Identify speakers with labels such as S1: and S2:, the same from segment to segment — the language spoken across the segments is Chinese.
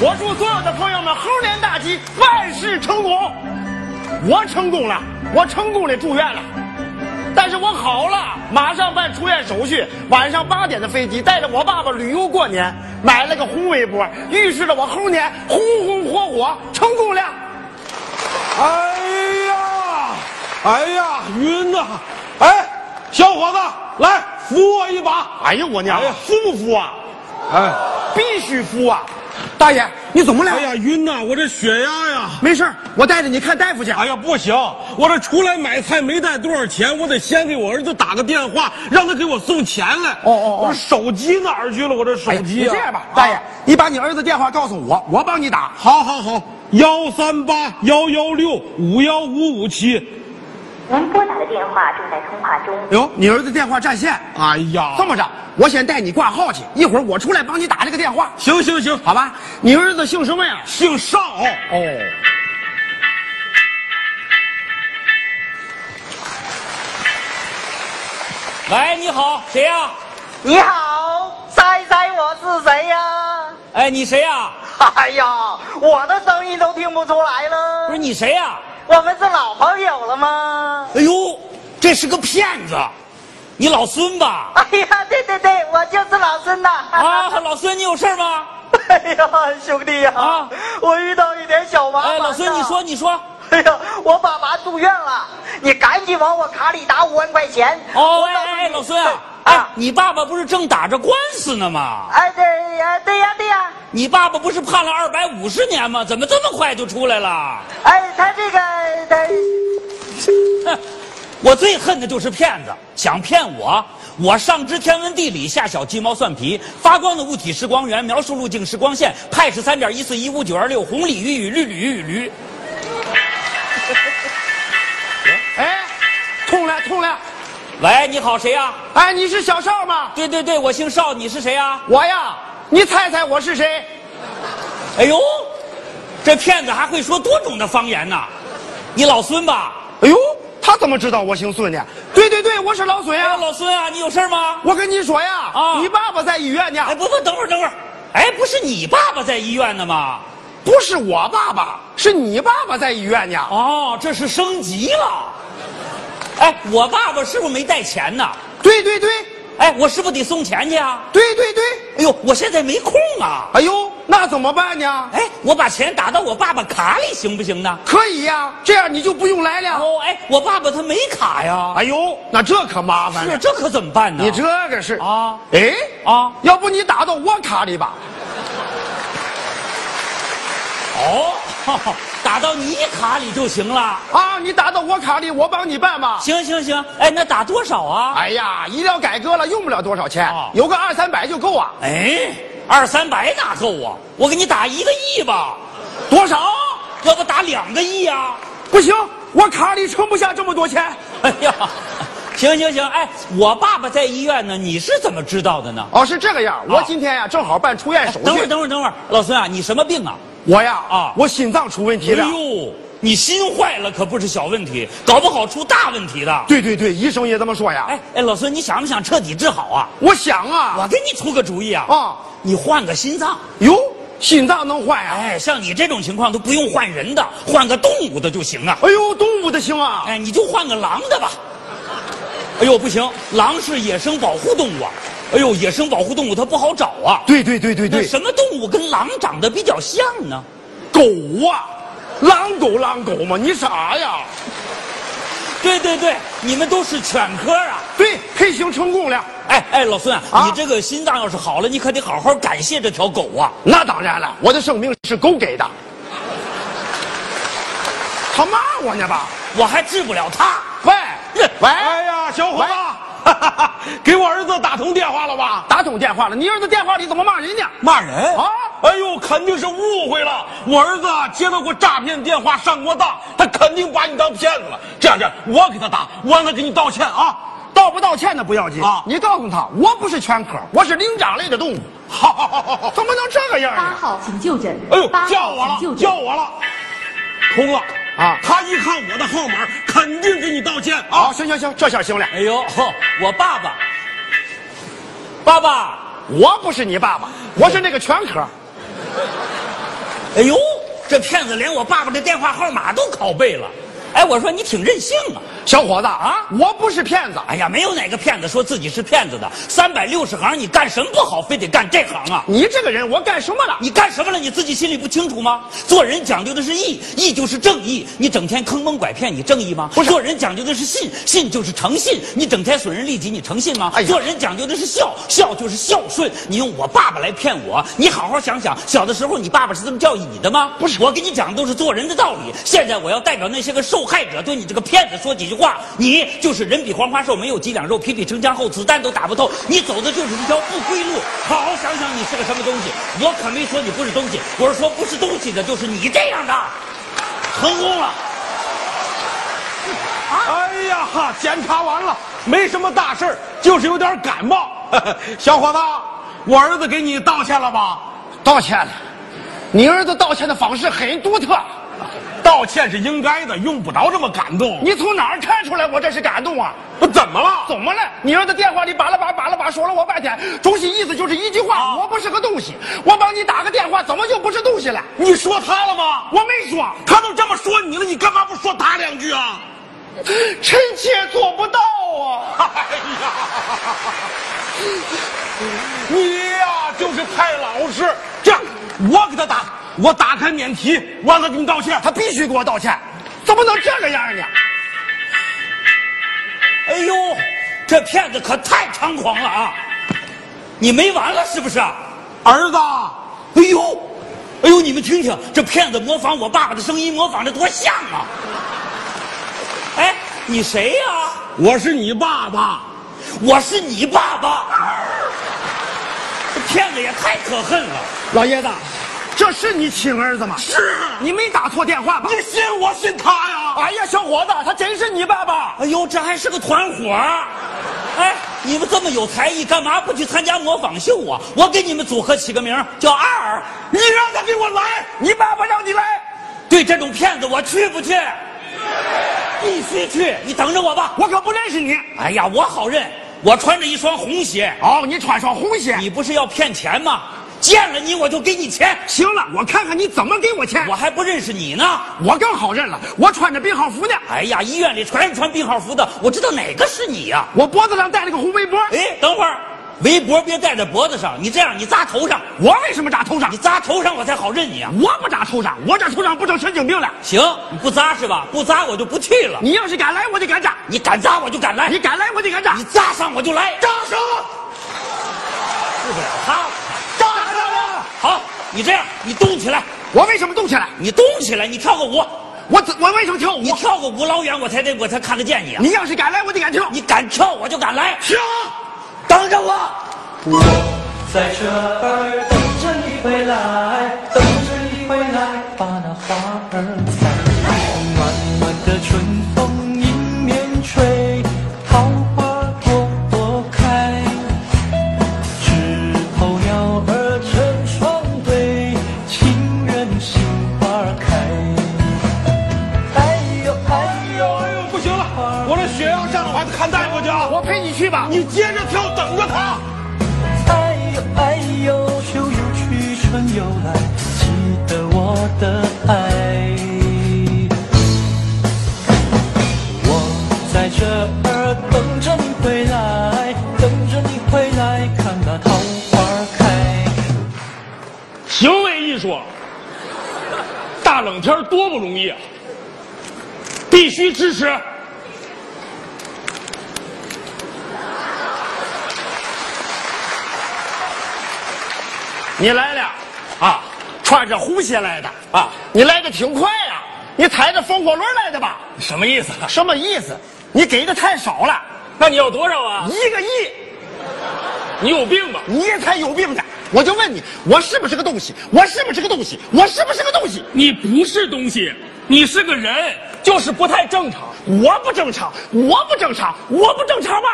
S1: 我祝所有的朋友们猴年大吉，万事成功。我成功了，我成功的住院了，但是我好了，马上办出院手续，晚上八点的飞机，带着我爸爸旅游过年，买了个红围脖，预示着我猴年红红火火，成功了。
S2: 哎呀，哎呀，晕呐、哎，小伙子，来扶我一把！
S1: 哎呦我娘
S2: 哎呀，
S1: 服不服啊？
S2: 哎，
S1: 必须服啊！
S3: 大爷，你怎么了？
S2: 哎呀，晕呐、我这血压呀！
S3: 没事儿我带着你看大夫去。
S2: 哎呀，不行，我这出来买菜没带多少钱，我得先给我儿子打个电话，让他给我送钱来。
S3: 哦哦哦
S2: 我手机哪儿去了？我这手
S3: 哎呀
S2: 机、
S3: 你
S2: 啊
S3: 这样吧，大爷，你把你儿子电话告诉我，我帮你打。
S2: 好好好，幺三八幺幺六五幺五五七。
S4: 您拨打的电话正在通话中。
S3: 哟，你儿子电话占线。
S2: 哎呀，
S3: 这么着，我先带你挂号去，一会儿我出来帮你打这个电话，
S2: 行行行，
S3: 好吧？你儿子姓什么呀？
S2: 姓邵。
S3: 哦，
S5: 喂，哎你好，谁呀、
S6: 你好，猜猜我是谁呀？
S5: 哎，你谁呀、
S6: 哎呀，我的声音都听不出来了
S5: 不是。你谁呀、
S6: 我们是老朋友了吗？
S5: 哎呦，这是个骗子，你老孙吧？
S6: 哎呀，对对对，我就是老孙呐！
S5: 啊，老孙，你有事儿吗？
S6: 哎呀，兄弟呀、
S5: 啊
S6: 我遇到一点小麻烦、
S5: 哎，老孙，你说，。你说。
S6: 哎呀，我爸爸住院了，你赶紧往我卡里打五万块钱。
S5: 哦，
S6: 我
S5: 喂，
S6: 告诉
S5: 哎，哎
S6: 你
S5: 老孙啊，哎
S6: 啊，，
S5: 你爸爸不是正打着官司呢吗？
S6: 哎对呀，对呀，对呀。
S5: 你爸爸不是判了二百五十年吗？怎么这么快就出来了？
S6: 哎，他这个他。
S5: 哼，我最恨的就是骗子，想骗我。我上知天文地理，下晓鸡毛蒜皮。发光的物体是光源，描述路径是光线，派是三点一四一五九二六，红鲤鱼与绿鲤鱼与驴。
S3: 哎，通了通了，
S5: 喂，你好，谁呀、
S3: 哎，你是小邵吗？
S5: 对对对，我姓邵，你是谁呀、
S3: 我呀，你猜猜我是谁？
S5: 哎呦，这骗子还会说多种的方言呢。你老孙吧？
S3: 哎呦，他怎么知道我姓孙呢？对对对，我是老孙
S5: 哎呀，
S3: 呀。
S5: 老孙啊，你有事儿吗？
S3: 我跟你说呀，
S5: 啊
S3: 你爸爸在医院呢，
S5: 哎，不不，等会儿等会儿。哎，不是你爸爸在医院呢吗？
S3: 不是我爸爸，是你爸爸在医院呢。
S5: 哦，这是升级了。哎，我爸爸是不是没带钱呢？
S3: 对对对，
S5: 哎，我是不是得送钱去啊？
S3: 对对对。
S5: 哎呦，我现在没空啊。
S3: 哎呦，那怎么办呢？
S5: 哎，我把钱打到我爸爸卡里行不行呢？
S3: 可以呀、这样你就不用来了。
S5: 哦，哎，我爸爸他没卡呀。
S3: 哎呦，那这可麻烦
S5: 是，
S3: 了。
S5: 这可怎么办呢？
S3: 你这个是
S5: 啊，
S3: 哎
S5: 啊
S3: 要不你打到我卡里吧？
S5: 哦， 哈哈打到你卡里就行了。
S3: 啊，你打到我卡里，我帮你办吧。
S5: 行行行，哎，那打多少啊？
S3: 哎呀，医疗改革了，用不了多少钱，
S5: 啊
S3: 有个二三百就够啊。
S5: 哎，二三百哪够啊？我给你打一个亿吧，哦
S3: 多少？
S5: 要不打两个亿啊？
S3: 不行，我卡里盛不下这么多钱。
S5: 哎呀，行行行，哎，我爸爸在医院呢，你是怎么知道的呢？
S3: 哦，是这个样。我今天呀、正好办出院手续。
S5: 啊等会儿，等会儿，等会儿，老孙啊，你什么病啊？
S3: 我呀
S5: 啊
S3: 我心脏出问题
S5: 哎
S3: 了。
S5: 呦，你心坏了可不是小问题，搞不好出大问题的。
S3: 对对对，医生也这么说呀。
S5: 哎哎，老孙，你想不想彻底治好啊？
S3: 我想啊，
S5: 我给你出个主意啊！
S3: 啊
S5: 你换个心脏。
S3: 哟，心脏啊能换呀、
S5: 哎，像你这种情况都不用换人的，换个动物的就行啊。
S3: 哎呦，动物的行啊。
S5: 哎，你就换个狼的吧。哎呦，不行，狼是野生保护动物啊。哎呦，野生保护动物它不好找啊。
S3: 对对对对
S5: 那
S3: 对，
S5: 什么动物跟狼长得比较像呢？
S3: 狗啊，狼狗狼狗嘛，你傻呀？
S5: 对对对，你们都是犬科啊。
S3: 对，配型成功了，
S5: 哎哎，老孙啊，
S3: 啊
S5: 你这个心脏要是好了，你可得好好感谢这条狗啊。
S3: 那当然了，我的生命是狗给的。他骂我呢吧？啊
S5: 我还治不了它。
S3: 喂喂，
S2: 哎呀，小伙子
S3: 喂
S2: 哈哈哈， 给我儿子打通电话了吧？
S3: 打通电话了，你儿子电话里怎么骂人呢？
S2: 骂人
S3: 啊
S2: 哎呦，肯定是误会了。我儿子啊接到过诈骗电话，上过当，他肯定把你当骗子了。这样这样，我给他打，我让他给你道歉啊。
S3: 道不道歉的不要紧
S2: 啊
S3: 你告诉他，我不是犬科，我是灵长类的 动物，
S2: 好，好，好，好，好。
S3: 怎么能这个样
S2: 啊
S7: 八
S3: 呢？
S7: 号请就诊。
S2: 哎呦
S7: 八，
S2: 叫我
S7: 号请就
S2: 了，
S7: 诊
S2: 叫。我了，通了
S3: 啊
S2: 他一看我的号码，肯定给你道歉
S3: 好，。
S2: 啊
S3: 行行行，这下行了，
S5: 哎呦，呵我爸爸，爸爸，
S3: 我不是你爸爸，我是那个犬科。
S5: 哎呦，这骗子连我爸爸的电话号码都拷贝了。哎，我说你挺任性啊！
S3: 小伙子
S5: 啊
S3: 我不是骗子，
S5: 哎呀，没有哪个骗子说自己是骗子的。三百六十行，你干什么不好，非得干这行啊？
S3: 你这个人我干什么了？
S5: 你干什么了？你自己心里不清楚吗？做人讲究的是义，义就是正义。你整天坑蒙拐骗，你正义吗？做人讲究的是信，信就是诚信。你整天损人利己，你诚信吗？
S3: 哎呀
S5: 做人讲究的是孝，孝就是孝顺。你用我爸爸来骗我，你好好想想，小的时候你爸爸是这么教育你的吗？不是，我跟你讲的都是做人的道理。现在我要代表那些个受害者，对你这个骗子说几句话。你就是人比黄花瘦，没有几两肉，皮比城墙厚，子弹都打不透。你走的就是一条不归路。好好想想，你是个什么东西？我可没说你不是东西，我是说不是东西的，就是你这样的，成功了。
S2: 哎呀，哈，检查完了，没什么大事儿就是有点感冒。 小伙子，我儿子给你道歉了吧？
S3: 道歉了，你儿子道歉的方式很独特，
S2: 道歉是应该的，用不着这么感动。
S3: 你从哪儿看出来我这是感动啊？
S2: 你怎么了？
S3: 怎么了？你儿子电话里巴拉巴巴拉巴说了我半天，总体意思就是一句话：
S2: 啊
S3: 我不是个东西。我帮你打个电话，怎么就不是东西了？
S2: 你说他了吗？
S3: 我没说，
S2: 他都这么说你了，你干嘛不说他两句啊？
S3: 臣妾做不到啊！
S2: 哎呀，你呀、就是太老实。这样，我给他打，我打开免提，我让他给你道歉。
S3: 他必须给我道歉，怎么能这个样呢？
S5: 哎呦，这骗子可太猖狂了啊！你没完了是不是？
S2: 儿子，
S5: 哎呦，哎呦，你们听听，这骗子模仿我爸爸的声音，模仿的多像啊！哎，你谁呀、
S2: 我是你爸爸。
S5: 我是你爸爸。这骗子也太可恨了。
S3: 老爷子，这是你亲儿子吗？
S2: 是，
S5: 啊
S3: 你没打错电话吧？
S2: 你信我信他呀？
S3: 哎呀，小伙子，他真是你爸爸！
S5: 哎呦，这还是个团伙儿。哎，你们这么有才艺，干嘛不去参加模仿秀啊？我给你们组合起个名儿叫二。
S2: 你让他给我来。
S3: 你爸爸让你来，
S5: 对这种骗子，我去不去？必须去！你等着我吧。
S3: 我可不认识你。
S5: 哎呀，我好认，我穿着一双红鞋。
S3: 哦，你穿双红鞋。
S5: 你不是要骗钱吗？见了你我就给你钱，
S3: 行了，我看看你怎么给我钱。
S5: 我还不认识你呢。
S3: 我更好认了，我穿着病号服呢，
S5: 哎呀，医院里全是穿病号服的，我知道哪个是你啊呀、
S3: 我脖子上戴了个红围脖。
S5: 哎，等会儿，围脖别戴在脖子上，你这样你扎头上，
S3: 我为什么扎头上
S5: 你？扎头上我才好认你啊。
S3: 我不扎头上，我这头上不成神经病了。
S5: 行，你不扎是吧？不扎我就不去了。
S3: 你要是敢来，我就敢扎；哎
S5: 你敢扎我就敢来，
S3: 你敢来，我就敢扎
S5: 你。扎上我就来。扎
S3: 上，
S5: 不了他。
S3: 扎上！
S5: 好，你这样，你动起来，
S3: 我为什么动起来？
S5: 你动起来，你跳个舞，
S3: 我怎我为什么跳舞
S5: 你？跳个舞老远我才得我才看得见你啊。
S3: 你要是敢来，我就敢跳。
S5: 你敢跳我就敢来。
S3: 停！
S5: 等着我。
S7: 我在这儿等着你回来，等着你回来，把那花儿采。暖暖的春风迎面吹，桃花朵朵开。枝头鸟儿成双对，情人心花儿开。哎呦哎呦
S2: 哎呦，不行了，我这血压上了，我还得看大夫去啊。
S3: 我陪你去吧。
S2: 你接着跳，等着他。
S7: 哎呦哎呦，秋又去，春又来，记得我的爱。我在这儿等着你回来，等着你回来，看那桃花开。
S3: 行为艺术，大冷天多不容易啊！必须支持。你来了啊，穿着红鞋来的啊，你来的挺快呀、你踩着风火轮来的吧？
S2: 什么意思？啊
S3: 什么意思？你给的太少了，
S2: 那你要多少啊？
S3: 一个亿，
S2: 你有病吧？
S3: 你才有病呢！我就问你，我是不是个东西？我是不是个东西？我是不是个东西？
S2: 你不是东西，你是个人，就是不太正常。
S3: 我不正常，我不正常，我不正常吧？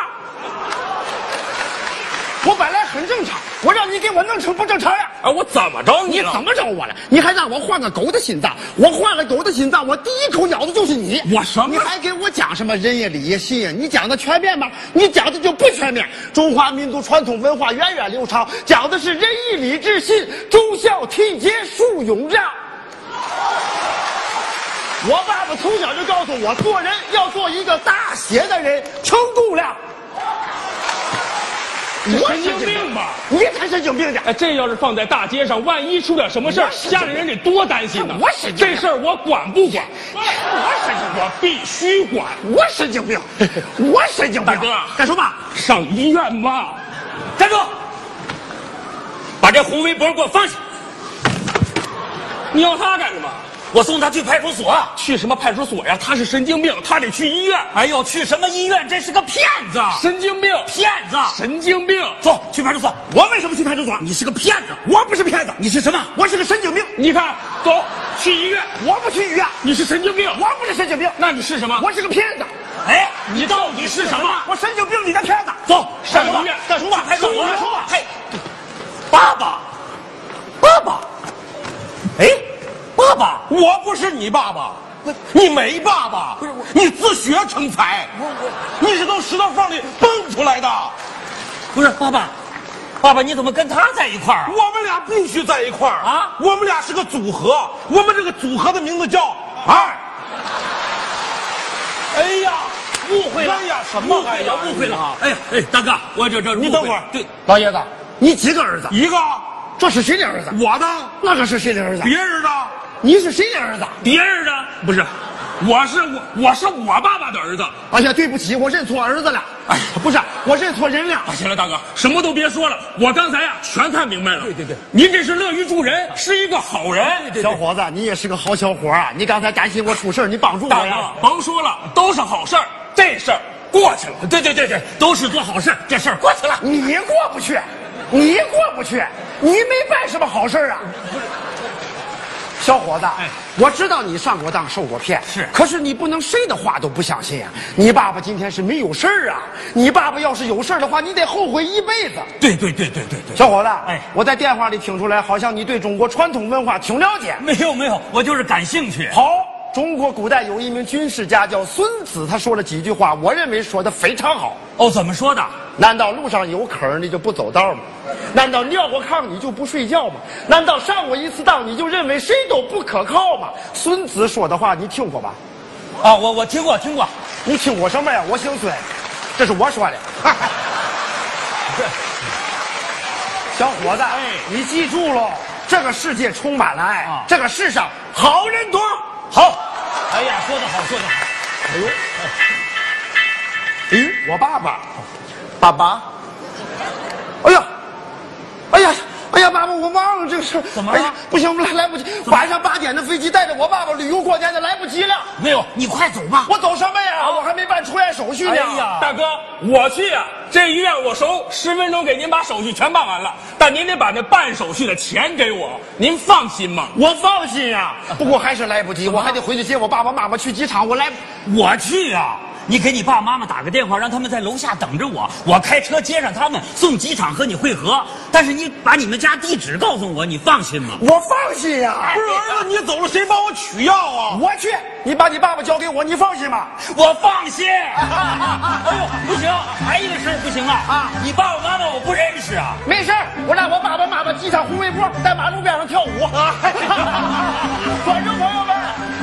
S3: 我本来很正常，我让你给我弄成不正常样，
S2: 啊，我怎么着你
S3: 你
S2: 了？
S3: 怎么着我了？你还让我换个狗的心脏，我换了狗的心脏，我第一口咬的就是你。
S2: 我什么
S3: 你还给我讲什么仁呀礼呀信呀？你讲的全面吗？你讲的就不全面。中华民族传统文化源远流长，讲的是仁义礼智信，忠孝悌节恕勇让。我爸爸从小就告诉我，做人要做一个大邪的人，称度量。我
S5: 神经病吧？
S3: 你才神经病呢！
S5: 哎，这要是放在大街上，万一出点什么事儿，家里人得多担心呢。
S3: 我神经
S5: 啊
S3: 病
S5: 这事儿我管不管？
S3: 我神经病，
S5: 我必须管，
S3: 我神 经病，我神经病。
S5: 大哥
S3: 干什么？
S5: 上医院吧。
S8: 站住！把这红围脖给我放下，
S5: 你要他干什么？
S8: 我送他去派出所。
S5: 去什么派出所呀？他是神经病，他得去医院。
S8: 哎呦，去什么医院？这是个骗子！
S5: 神经病，
S8: 骗子！
S5: 神经病！
S8: 走，去派出所。
S3: 我为什么去派出所？
S8: 你是个骗子！
S3: 我不是骗子，
S8: 你是什么？
S3: 我是个神经病。
S5: 你看，走去医院。
S3: 我不去医院，
S5: 你是神经病，
S3: 我不是神经病，
S5: 那你是什么？
S3: 我是个骗子，
S8: 哎，
S5: 你到底是什么？
S3: 我神经病，你个骗子。
S8: 走，干
S5: 上
S8: 什么
S5: 医院
S8: 干什么？派出所
S3: 干什
S5: 哎
S3: 么
S8: 嘿，爸爸，爸爸，哎，爸爸，
S2: 我不是你爸爸，你没爸爸，不是你自学成才，你是从石头缝里蹦出来的。
S8: 不是爸爸，爸爸，你怎么跟他在一块儿啊？
S2: 我们俩必须在一块儿
S8: 啊
S2: 我们俩是个组合，我们这个组合的名字叫二。哎呀，误会了！哎呀，什么？哎呀，误会了啊！
S8: 哎哎，大哥，我这这，
S2: 你等会儿
S8: 对，
S3: 老爷子，你几个儿子？
S2: 一个
S3: 这是谁的儿子？
S2: 我的，
S3: 那个是谁的儿子？
S2: 别人的，
S3: 你是谁的儿子？
S5: 别人的不是，我是我，我是我爸爸的儿子。啊
S3: 哎呀，对不起，我认错儿子了。哎，不是，我认错人了。
S5: 啊，行了，大哥，什么都别说了，我刚才啊全看明白了。对对对，您这是乐于助人，是一个好人。对
S3: 小伙子，你也是个好小伙啊！你刚才担心我出事儿你帮助
S5: 大
S3: 我呀
S5: 哥，。甭说了，都是好事儿，这事儿过去了。对对对对，都是做好事儿，这事儿过去了。
S3: 你过不去，你过不去，你没办什么好事儿啊。小伙子，我知道你上过当、受过骗，
S5: 是
S3: 可是你不能谁的话都不相信呀、啊你爸爸今天是没有事儿啊，你爸爸要是有事儿的话，你得后悔一辈子。
S5: 对对对对对对，
S3: 小伙子，
S8: 哎
S3: 我在电话里听出来，好像你对中国传统文化挺了解。
S8: 没有没有，我就是感兴趣。
S3: 好，中国古代有一名军事家叫孙子，他说了几句话，我认为说的非常好。
S8: 哦，怎么说的？
S5: 啊
S3: 难道路上有坑儿你就不走道吗？难道尿过炕你就不睡觉吗？难道上过一次当你就认为谁都不可靠吗？孙子说的话你听过吧？
S8: 啊，我我听过听过，
S3: 你听过什么呀？我姓孙，这是我说的。 小伙子，你记住喽，这个世界充满了爱，
S8: 啊
S3: 这个世上好人多。
S8: 好。哎呀，说得好，说得好。
S2: 嗯
S3: 咦，我爸爸，爸爸，哎呀，哎呀，哎呀，爸爸，我忘了这个事儿
S8: 怎么了
S3: 哎呀不行，来来不及，晚上八点的飞机，带着我爸爸旅游过年的，来不及了。
S8: 没有，你快走吧。
S3: 我走什么呀？
S2: 啊
S3: 我还没办出院手续呢。
S8: 哎呀
S5: 大哥，我去啊，这医院我熟，十分钟给您把手续全办完了，但您得把那办手续的钱给我，您放心吗？
S3: 我放心
S2: 啊
S3: 呀、不过还是来不及，我还得回去接我爸爸妈妈去机场。我来不，
S8: 我去啊！你给你爸妈妈打个电话，让他们在楼下等着我，我开车接上他们，送机场和你会合。但是你把你们家地址告诉我，你放心吗？
S3: 我放心呀、
S2: 不是儿子，你走了谁帮我取药啊？
S3: 我去，你把你爸爸交给我，你放心吧。
S8: 我放心。 哎呦，不行，还有一个事儿不行啊！啊，你爸爸妈妈我不认识啊！
S3: 没事儿我让我爸爸妈妈机场红围脖在马路边上 跳舞。观众朋友们，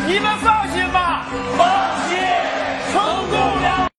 S3: 你们放心吧。